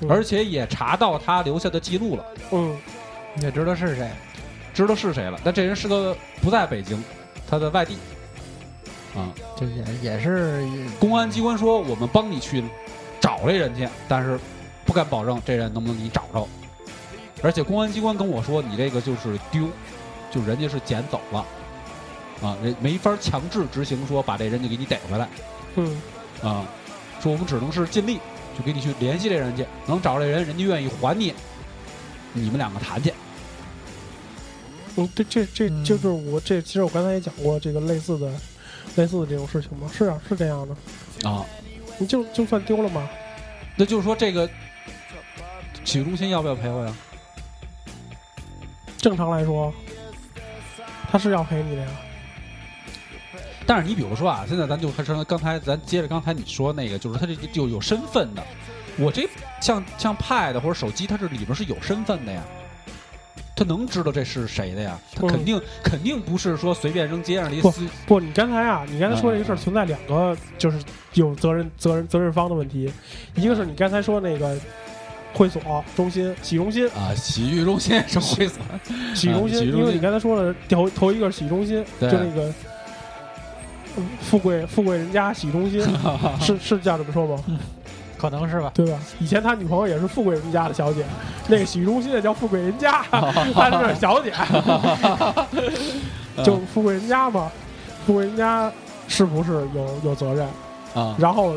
嗯而且也查到他留下的记录了。嗯，也知道是谁，知道是谁了。但这人是个不在北京，他在外地。啊，就也也是公安机关说我们帮你去找这人去，但是不敢保证这人能不能你找着。而且公安机关跟我说，你这个就是丢，就人家是捡走了，啊，人没法强制执行说把这人就给你逮回来嗯，啊，说我们只能是尽力，就给你去联系这人去，能找着这人，人家愿意还你，你们两个谈去。嗯，这这这嗯就是我这，其实我刚才也讲过这个类似的。类似的这种事情吗？是啊，是这样的。啊，你就就算丢了吗？那就是说这个洗浴中心要不要赔我啊呀？正常来说，他是要赔你的呀。但是你比如说啊，现在咱就还是刚才咱接着刚才你说那个，就是他这就有身份的。我这像像 Pad 或者手机，它这里边是有身份的呀，他能知道这是谁的呀？他嗯肯定、肯定不是说随便扔街上的一不私不，你刚才啊，你刚才说这个事儿嗯嗯存在两个，就是有责任责任责任方的问题，一个是你刚才说那个会所中心、洗浴中心、啊，洗浴中心是会所，洗浴中啊洗浴中心，心因为你刚才说了头头一个是洗浴中心，就对那个嗯富贵富贵人家洗浴中心， [LAUGHS] 是是叫这么说吗？可能是吧。对吧？以前他女朋友也是富贵人家的小姐，那个洗浴中心也叫富贵人家，她是小姐， [LAUGHS] 就富贵人家嘛，富贵人家是不是有有责任？啊，然后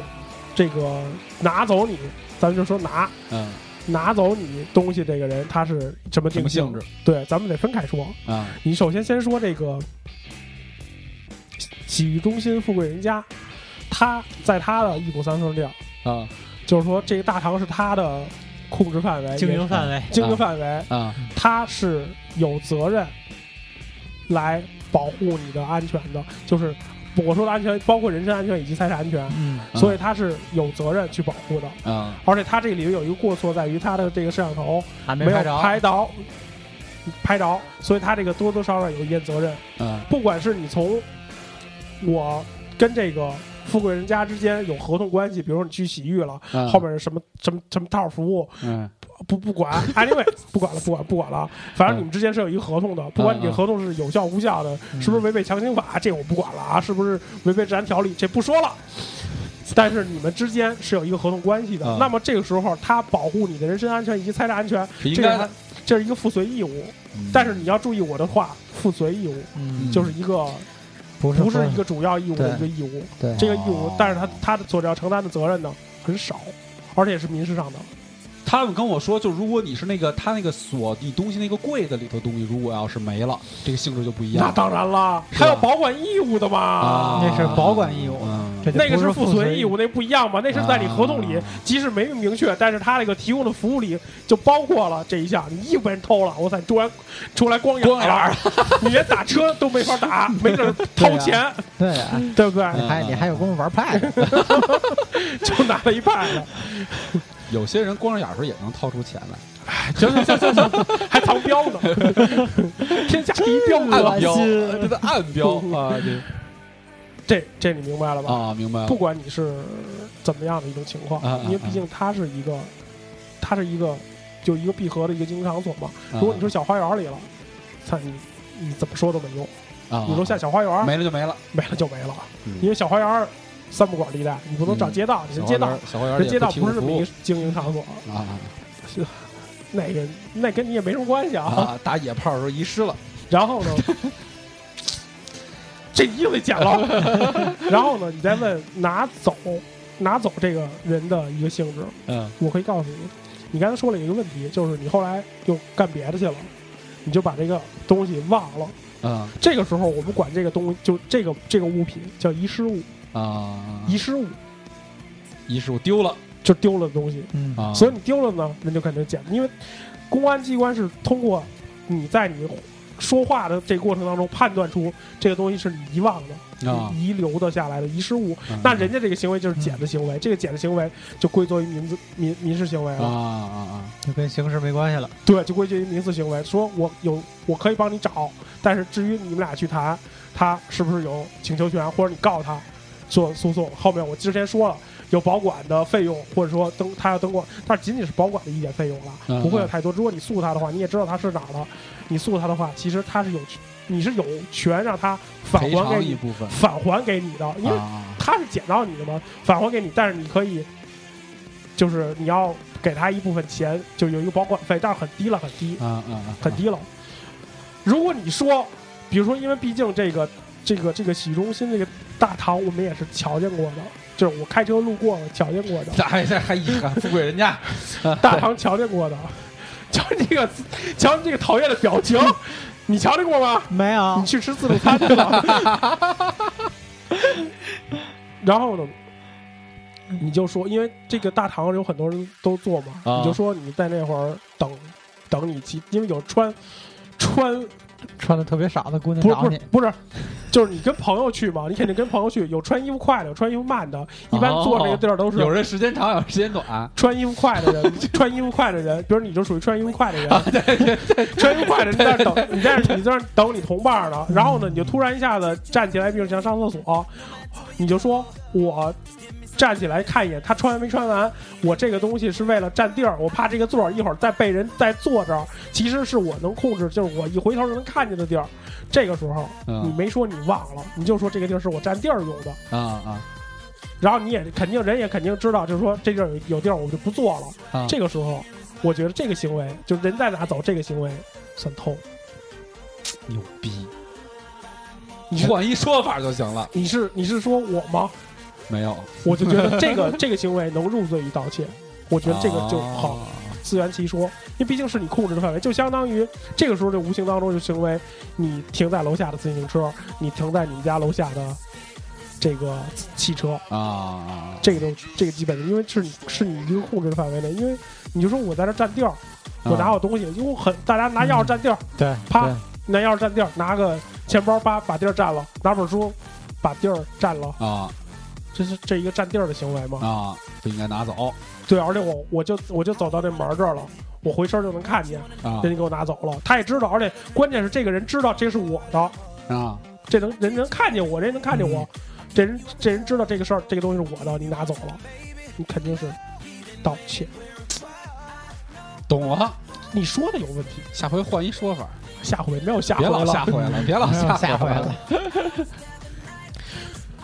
这个拿走你，咱们就说拿嗯拿走你东西这个人他是什么什定么性？性质对，咱们得分开说。啊你首先先说这个洗洗浴中心富贵人家，他在他的一亩三分地儿，啊就是说这个大堂是他的控制范围，哎经也营范围，经营范围，啊他是有责任来保护你的安全的，就是我说的安全包括人身安全以及财产安全。嗯，嗯所以他是有责任去保护的。啊而且他这里面有一个过错在于他的这个摄像头还没没有拍着，拍着，拍着，所以他这个多多少少有一些责任。啊不管是你从我跟这个富贵人家之间有合同关系，比如说你去洗浴了，嗯后面是什么什么什么套服务，嗯不不管，anyway，不管了，不管不管了啊，反正你们之间是有一个合同的，不管你这合同是有效无效的，是不是违背强行法，这我不管了啊，是不是违背治安条例，这不说了。但是你们之间是有一个合同关系的，嗯那么这个时候他保护你的人身安全以及财产安全，是应这该嗯个的他这是一个附随义务。但是你要注意我的话，附随义务嗯，就是一个不是不是一个主要义务的一个义务，对这个义务，但是他他所要承担的责任呢很少，而且是民事上的。他们跟我说，就如果你是那个他那个锁你东西那个柜子里头东西，如果要是没了，这个性质就不一样。那当然了，是还有吧保管义务的嘛。啊，那是保管义务嗯这就那个不是是附随义务，那不一样嘛？那是在你合同里啊，即使没明确，但是他那个提供的服务里就包括了这一项。你衣服被人偷了，我操，你出来出来光光眼眼儿了，你连打车都没法打，没准儿掏钱，对啊，对不对？嗯你还你还有功夫玩派呢，就拿了一半了，有些人光着眼儿时候也能掏出钱来。行行行行行，还藏镖呢，天下第一镖恶哥。暗标，呃心这是暗 [LAUGHS] 标啊！这这这你明白了吧？啊，明白了不。管你是怎么样的一种情况啊啊，因为毕竟它是一个，它是一个，就一个闭合的一个经营场所嘛。嗯如果你说小花园里了，操你你怎么说都没用，啊，你楼下小花园没了就没了，没了就没了嗯，因为小花园三不管地带，你不能找嗯街道，你小是花街园道儿，小花园儿人也街道提不是供这么服一务个经营场所，啊那个那跟你也没什么关系啊啊。啊！打野炮的时候遗失了，然 [LAUGHS] 后呢，这衣服剪了， [LAUGHS] 然后呢，你再问拿走拿走这个人的一个性质。嗯我可以告诉你，你刚才说了一个问题，就是你后来又干别的去了，你就把这个东西忘了。嗯这个时候，我们管这个东西，就这个这个物品叫遗失物，啊，遗失物遗失我丢了就丢了的东西。嗯啊，所以你丢了呢，人就肯定捡，因为公安机关是通过你在你说话的这个过程当中判断出这个东西是你遗忘的、啊，遗留的下来的遗失物。嗯那人家这个行为就是捡的行为，这个捡的行为就归作于民事民民事行为啊了。啊啊，就跟刑事没关系了，对，就归结于民事行为。说我有，我可以帮你找，但是至于你们俩去谈，他是不是有请求权，或者你告他做诉讼，后面我之前说了。有保管的费用，或者说登他要登过，但是仅仅是保管的一点费用了，嗯不会有太多。如果你诉他的话，你也知道他是哪儿的，你诉他的话，其实他是有，你是有权让他返赔还偿给一你，部分返还给你的，因为啊，他是捡到你的嘛，返还给你，但是你可以，就是你要给他一部分钱，就有一个保管费，但是很低了，很低，啊啊啊，很低了。如果你说，比如说，因为毕竟这个这个这个洗浴中心这个大堂，我们也是瞧见过的，就是我开车路过了瞧见过的， [LAUGHS] 这啊还这还遗憾，富贵人家，大堂瞧见过的，瞧你这个瞧你这个讨厌的表情，你瞧见过吗？ [LAUGHS] 没有你，去吃自助餐去了。 [LAUGHS] 然后呢，你就说，因为这个大堂有很多人都做嘛，啊你就说你在那会儿等等你骑，因为有穿穿 [LAUGHS] 穿的特别少的姑娘不是找不你是，不是，就是你跟朋友去嘛，你肯定跟朋友去，有穿衣服快的，有穿衣服慢的，一般坐这个地儿都是。哦有人时间长，有人时间短，穿衣服快的人，穿衣服快的人，比如你就属于穿衣服快的人，穿衣服快的人在那儿等，你在那儿你在那儿等你同伴儿呢，然后呢，你就突然一下子站起来，比如想上厕所，你就说我站起来看一眼，他穿完没穿完，我这个东西是为了占地儿，我怕这个座儿一会儿再被人再坐这儿，其实是我能控制，就是我一回头就能看见的地儿。这个时候你嗯没说你忘了，你就说这个地儿是我占地儿用的，啊啊然后你也肯定人也肯定知道，就是说这地儿有有地儿我就不坐了。啊，这个时候，我觉得这个行为，就人在哪走，这个行为算偷。牛逼，你是换一说法就行了，你是你是说我吗？ [LAUGHS] 没有，我就觉得这个这个行为能入罪于盗窃，我觉得这个就好啊自圆其说，因为毕竟是你控制的范围，就相当于这个时候就无形当中就行为，你停在楼下的自行车，你停在你们家楼下的这个汽车，啊，这个就这个基本的，因为是你是你一个控制的范围内，因为你就说我在这占地儿，我拿啊我东西，因为我很大家拿钥匙占地儿，对，啪对嗯拿钥匙占地儿，拿个钱包把把地儿占了，拿本书把地儿占了，啊这是这一个占地儿的行为吗？啊，不应该拿走对，而且我我就我就走到这门儿这儿了，我回身就能看见啊人家给我拿走了，他也知道，而且关键是这个人知道这是我的，啊这能人能看见我，人能看见嗯我，这人这人知道这个事儿，这个东西是我的，你拿走了，你肯定是道歉。懂了，你说的有问题，下回换一说法，下回没有下回别了，嗯老下回了，别老没有下下回回了了。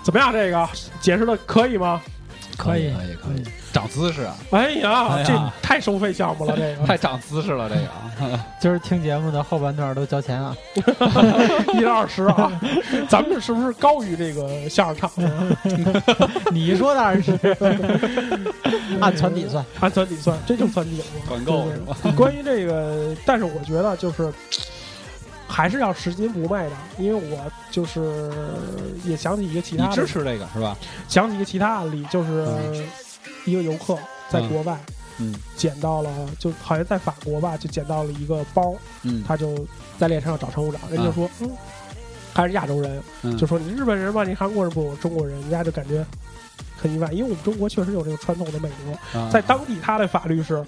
怎么样？这个解释的可以嗯吗？可以可以可以，长姿势啊，哎呀，哎呀这太收费项目了，这 [LAUGHS] 个太长姿势了这个 [LAUGHS] 啊。今儿听节目的后半段都交钱 [LAUGHS] 啊，一人二十 [LAUGHS] 啊，咱们是不是高于这个相声场啊？你说当然是按团体算，按团体算，这就团体了。团购是吧？ [LAUGHS] 关于这个，但是我觉得就是还是要拾金不昧的，因为我就是也想起一个其你他的支，持这个是吧？想起一个其他案例，就是一个游客在国外，嗯嗯捡到了，就好像在法国吧，就捡到了一个包，嗯，他就在列车上找乘务长，人家就说，嗯，还是亚洲人，啊嗯就说你日本人吧，你韩国人不是我中国人，人家就感觉很意外，因为我们中国确实有这个传统的美德，啊在当地他的法律是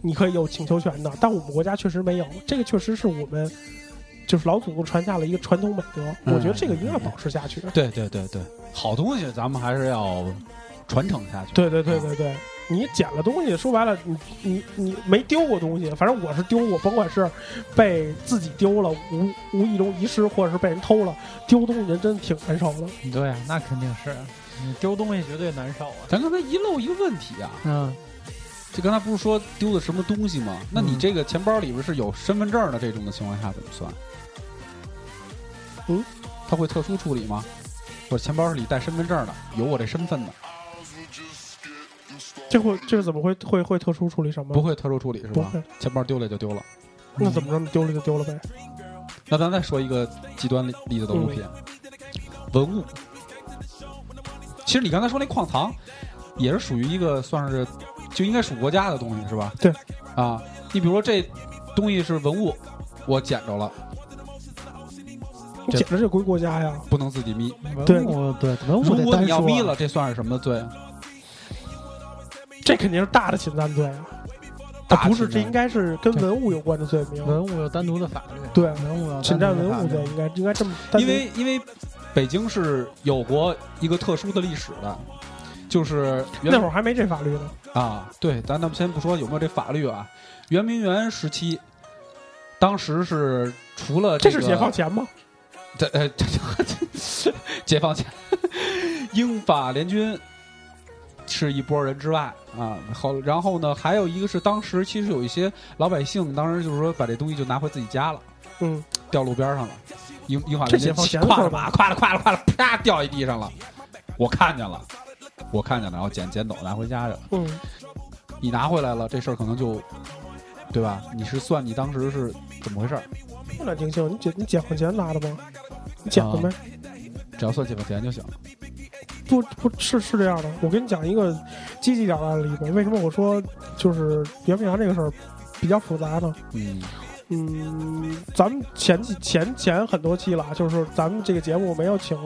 你可以有请求权的，但我们国家确实没有，这个确实是我们就是老祖宗传下了一个传统美德，嗯我觉得这个一定要保持下去。对对对对，好东西咱们还是要传承下去。对对对对对，你捡了东西，说白了，你你你没丢过东西，反正我是丢过，甭管是被自己丢了，无无意中遗失，或者是被人偷了，丢东西人真的挺难受的。对啊，那肯定是，你丢东西绝对难受啊。咱刚才遗漏一个问题啊，嗯，就刚才不是说丢的什么东西吗？那嗯你这个钱包里边是有身份证的这种的情况下怎么算？嗯，他会特殊处理吗？我钱包里带身份证的，有我这身份的，这会这怎么会会会特殊处理什么？不，会特殊处理是不吧会？。钱包丢了就丢了。那怎么着？丢了就丢了呗。那咱再说一个极端例嗯子的物品，文物。其实你刚才说那矿藏，也是属于一个算是就应该属国家的东西是吧？对。啊，你比如说这东西是文物，我捡着了，你捡着这归国家呀。不能自己眯。对嗯文物对文哦如物得果单你要眯说了，啊，这算是什么罪？这肯定是大的侵占罪啊！大啊，不侵是，占这应该是跟文物有关的罪名。文物有单独的法律，对，文物有单独的侵占文法物律罪应该应该这么，因为因为北京是有过一个特殊的历史的，就是原那会儿还没这法律呢。啊，对，咱咱们先不说有没有这法律啊，圆明园时期，当时是除了、这个、是解放，前吗？这呃，这这解放前，英法联军是一拨人之外啊，好，然后呢，还有一个是当时其实有一些老百姓，当时就是说把这东西就拿回自己家了，嗯，掉路边上了，英英法这联解军放前的挎事着儿马，吧挎着挎着挎着，啪掉一地上了，我看见了，我看见了，然后捡捡走拿回家去了。嗯，你拿回来了，这事儿可能就，对吧？你是算你当时是怎么回事儿？那挺清，你解你解放前拿的吗？你捡了没？只要算解放前就行。不不是是这样的，我跟你讲一个积极点的案例吧。为什么我说就是圆明园这个事儿比较复杂呢？嗯嗯，咱们前几前前很多期了，就是咱们这个节目没有请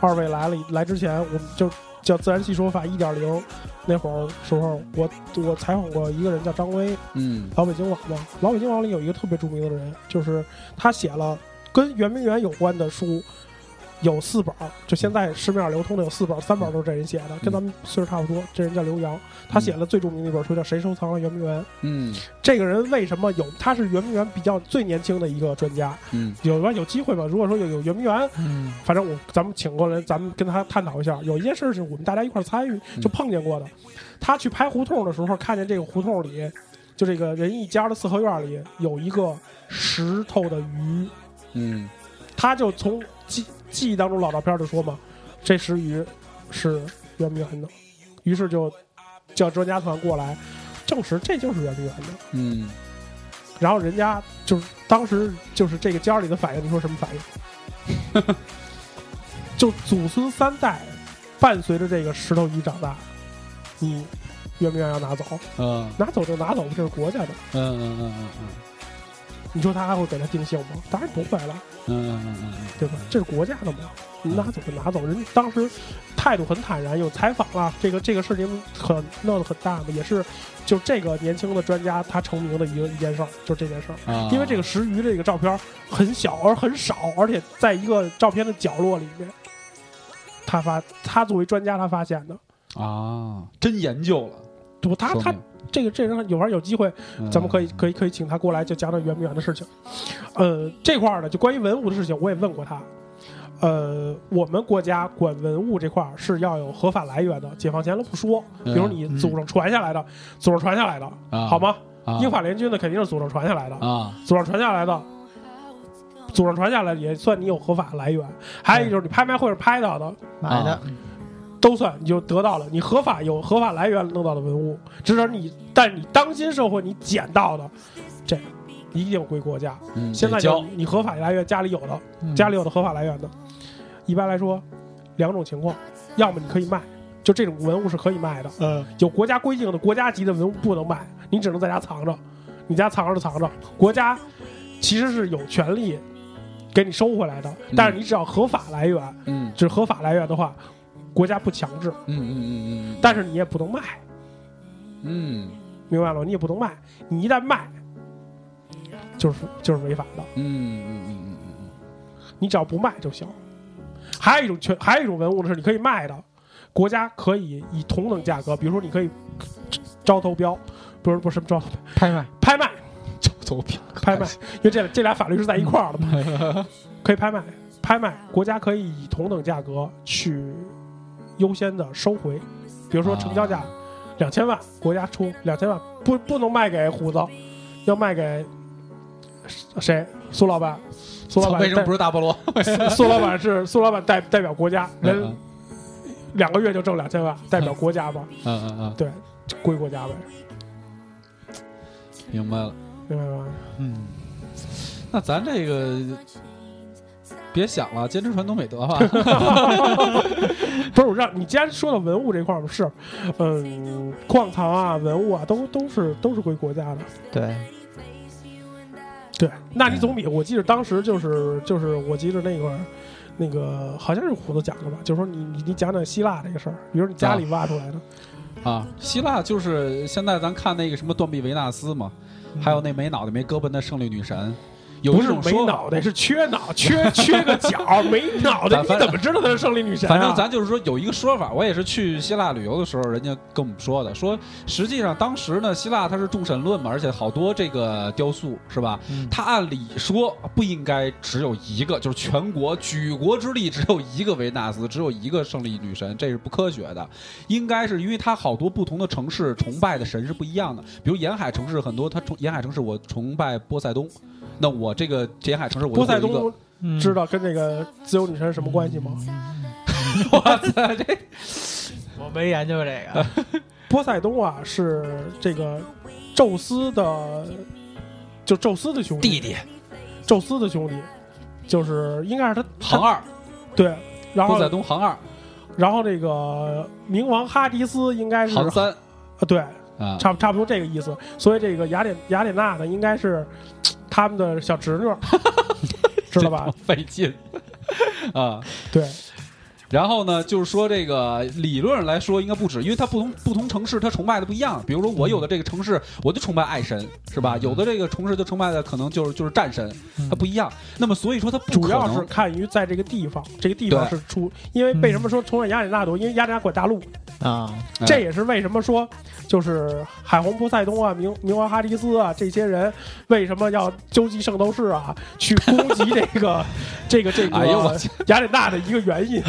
二位来了来之前，我们就叫自然系说法一点零那会儿时候，我我采访过一个人叫张威，嗯老北京网嘛，老北京网里有一个特别著名的人，就是他写了跟圆明园有关的书，有四本儿，就现在市面上流通的有四本儿，三本儿都是这人写的，跟咱们岁数差不多。这人叫刘洋，他写了最著名的一本书叫《谁收藏了圆明园》。嗯这个人为什么有？他是圆明园比较最年轻的一个专家。嗯有吧？有机会吧？如果说有有圆明园，嗯，反正我咱们请过来，咱们跟他探讨一下。有一件事是我们大家一块儿参与嗯就碰见过的，他去拍胡同的时候，看见这个胡同里，就这个仁义家的四合院里有一个石头的鱼，嗯他就从记记忆当中老照片就说嘛，这石鱼是圆明园的，于是就叫专家团过来证实这就是圆明园的。嗯，然后人家就是当时就是这个家里的反应，你说什么反应？就祖孙三代伴随着这个石头鱼长大，你愿不愿意要拿走？嗯拿走就拿走，这是国家的，嗯嗯嗯嗯你你说他还会给他定性吗？当然不会了，嗯嗯嗯嗯，对吧？这是国家的嘛，你拿走就拿走。人家当时态度很坦然，有采访了，这个这个事情很闹得很大嘛，也是就这个年轻的专家他成名的一个一件事儿，就是这件事儿。啊因为这个石鱼这个照片很小而很少，而且在一个照片的角落里面，他发他作为专家他发现的，啊，真研究了，不他说他明这个这让有玩有机会，咱们可以嗯可以可以请他过来就讲讲圆明园的事情。呃，这块儿呢，就关于文物的事情，我也问过他。呃，我们国家管文物这块儿是要有合法来源的，解放前都不说，比如你祖上传下来的，祖上传下来的，嗯啊好吗？啊英法联军的肯定是祖上传下来的，啊祖上传下来的，祖上传下来的也算你有合法来源。还嗯有就是你拍卖会上拍到的，买的啊，都算你就得到了，你合法有合法来源弄到的文物，只是你，但你当今社会你捡到的，这一定归国家。嗯现在得就教是你合法来源家里有的，嗯家里有的合法来源的，一般来说两种情况，要么你可以卖，就这种文物是可以卖的，嗯有国家规定的国家级的文物不能卖，你只能在家藏着，你家藏着就藏着，国家其实是有权利给你收回来的，但是你只要合法来源，嗯只合法来源的话，国家不强制。嗯嗯嗯嗯但是你也不能卖，嗯明白了吗？你也不能卖，你一旦卖，就是就是违法的。嗯嗯嗯嗯你只要不卖就行。还有一种权，还有一种文物呢，是你可以卖的，国家可以以同等价格，比如说你可以招投标，不是不是招投标拍卖，拍卖，走走偏拍卖，因为这这俩法律是在一块儿的嘛， [LAUGHS] 可以拍卖，拍卖，国家可以以同等价格去优先的收回，比如说成交价啊两千万，国家出两千万，不不能卖给虎子，要卖给谁？苏老板，苏老板为什么不是大菠萝？代苏老板是苏老板代代表国家，人嗯两个月就挣两千万，代表国家嘛，嗯嗯，对，归国家呗，明白了。明白吗？嗯，那咱这个别想了，坚持传统美德吧。不是我让你，既然说到文物这块儿嘛，是，嗯，矿藏啊、文物啊，都都是都是归国家的。对，对，那你总比我记得当时就是就是我记得那会儿，那个好像是胡子讲的吧，就是说你你你讲讲希腊这个事儿，比如你家里挖出来的，啊，希腊就是现在咱看那个什么断臂维纳斯嘛，还有那没脑袋没胳膊那胜利女神，有嗯不一是种没说法，脑袋，是缺脑缺 [LAUGHS] 缺个 [LAUGHS] 角，没脑咱袋，你反怎么知道她是胜利女神、啊？反正咱就是说有一个说法，我也是去希腊旅游的时候，人家跟我们说的，说实际上当时呢，希腊它是众神论嘛，而且好多这个雕塑是吧？嗯它按理说不应该只有一个，就是全国举国之力只有一个维纳斯，只有一个胜利女神，这是不科学的。应该是因为它好多不同的城市崇拜的神是不一样的，比如沿海城市很多，它崇沿海城市我崇拜波塞冬，那我这个沿海城市我就波塞有一个冬嗯知道跟这个自由女神什么关系吗？我没研究这个，波塞冬啊是这个宙斯的，就宙斯的兄弟，弟宙斯的兄弟，就是应该是他行他二对，然波后塞冬行二然后这个冥王哈迪斯应该是行三呃对，啊差不差不多这个意思。所以这个雅典雅典娜呢，应该是嘖他们的小 [LAUGHS] 侄女，知道吧？费劲啊。对，然后呢，就是说这个理论上来说应该不止，因为它不同不同城市它崇拜的不一样。比如说我有的这个城市我就崇拜爱神，是嗯吧？有的这个城市就崇拜的可能就是就是战神，它不一样。那么所以说它不主可要能是看于在这个地方，这个地方对嗯是出，因为为什么说崇拜雅典娜多？因为雅典娜管大陆，啊，哎这也是为什么说，就是海红波塞冬啊、冥冥王哈迪斯啊这些人，为什么要究极圣斗士啊，去攻击这 [LAUGHS] 个、这个、这个哎呦我去雅典娜的一个 [LAUGHS] 原因？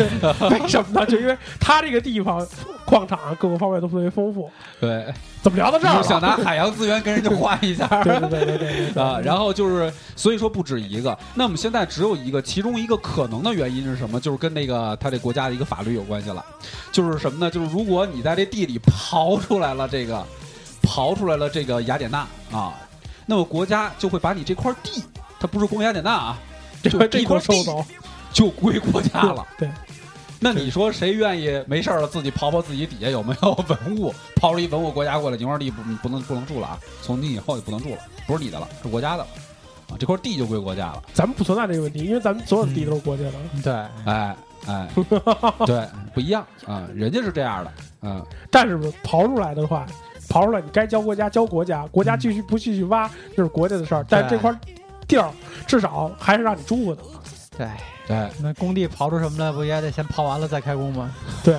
为什么呢？就因为他这个地方矿场各个方面都特别丰富。对，怎么聊到这儿就是想了？拿海洋资源跟人家换 [LAUGHS] 一下 [LAUGHS] 对对对对对对啊。然后就是所以说不止一个。那我们现在只有一个，其中一个可能的原因是什么？就是跟那个他这国家的一个法律有关系了。就是什么呢？就是如果你在这地里刨出来了这个，刨出来了这个雅典娜啊，那么国家就会把你这块地，它不是光雅典娜啊，这块地这块都收地走就归国家了。对，那你说谁愿意没事儿了自己刨刨自己底下有没有文物？刨了一文物，国家过来，你块地不不能不能住了啊！从今以后就不能住了，不是你的了，是国家的了。啊，这块地就归国家了。咱们不存在这个问题，因为咱们所有的地都是国家的。对，哎 [LAUGHS] 哎，对，不一样啊，人家是这样的， [LAUGHS] 嗯，但是刨出来的话，刨出来你该交国家交国家，国家继续不继续挖就是国家的事儿，但对这块地儿至少还是让你住的。对，对，那工地刨出什么来，不也得先刨完了再开工吗？对，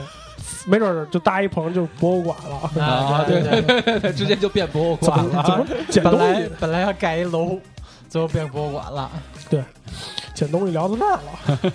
没准儿就搭一棚就是博物馆了。 [LAUGHS] 啊对对对，直接就变博物怎馆么怎了。么捡本东来西？本来要盖一楼，最后变博物馆了。捡东西聊到这儿了，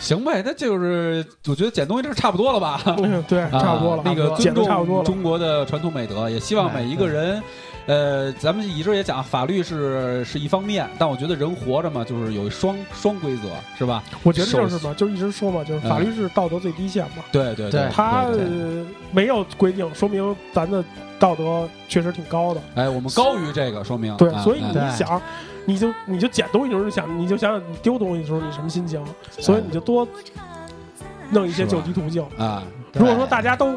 行呗，那就是我觉得捡东西这差不多了吧？嗯对， [LAUGHS] 差不多啊了，那个捡尊的差不重多了。哎中国的传统美德，也希望每一个人，呃，咱们一直也讲法律是是一方面，但我觉得人活着嘛，就是有双双规则，是吧？我觉得就是嘛，就一直说嘛，就是法律是道德最低线嘛。对对对它对对呃没有规定，说明咱的道德确实挺高的。哎，我们高于这个，说明对，啊所以哎你对想，你就你就捡东西的时候想，你就想想你丢东西的时候你什么心情，所以你就多弄一些是吧救急途径。啊，如果说大家都，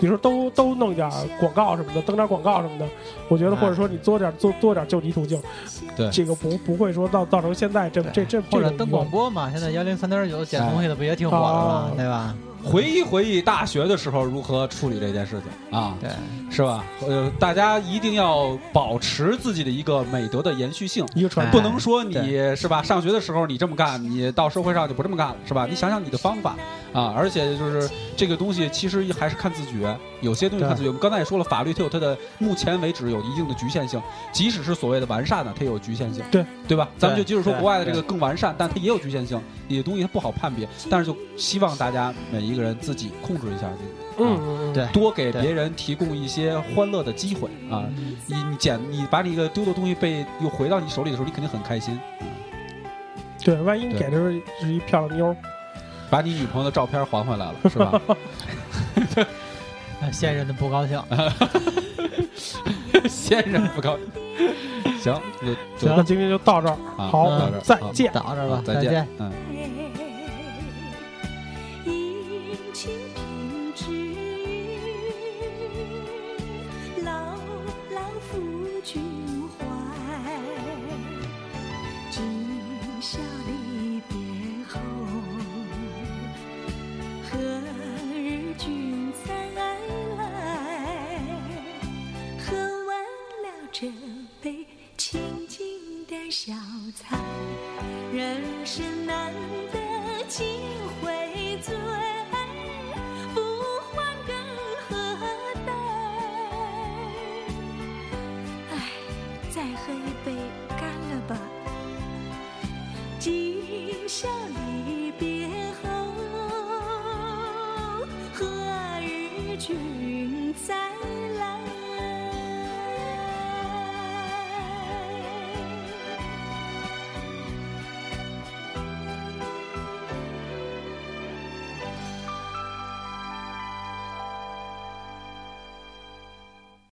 比如说都都弄点儿广告什么的，登点儿广告什么的，我觉得哎或者说你做点儿做多点儿救急途径，对这个不不会说到造成现在这这这或这者种登疑广问播嘛，现在幺零三点九捡东西的不也挺火的吗哦？对吧？回忆回忆大学的时候如何处理这件事情啊，对，是吧？呃，大家一定要保持自己的一个美德的延续性。一个传哎不统。能说你是吧？上学的时候你这么干，你到社会上就不这么干了，哎是吧？你想想你的方法啊！而且就是这个东西，其实还是看自觉，有些东西看自觉。我们刚才也说了，法律它有它的目前为止有一定的局限性，即使是所谓的完善呢，它也有局限性，对对吧？咱们就即使说对国外的这个更完善，但它也有局限性，你的东西它不好判别。但是就希望大家每一个人自己控制一下自己。嗯嗯，嗯对多给对别人提供一些欢乐的机会啊！你你捡你把你一个丢的东西被又回到你手里的时候，你肯定很开心。对，万一你对给的是是一漂亮妞儿，把你女朋友的照片还回来了，是吧？那现任的不高兴。先生不高兴。行，就就那今天就到这儿，啊好到这儿，嗯再啊见。到这儿吧，再再见见。，嗯。殷勤品质，牢牢抚君怀。今宵离别后，何日君再来？喝完了这杯清静的小菜。人生难得几回醉，不欢更何待？唉，再喝一杯干了吧，今宵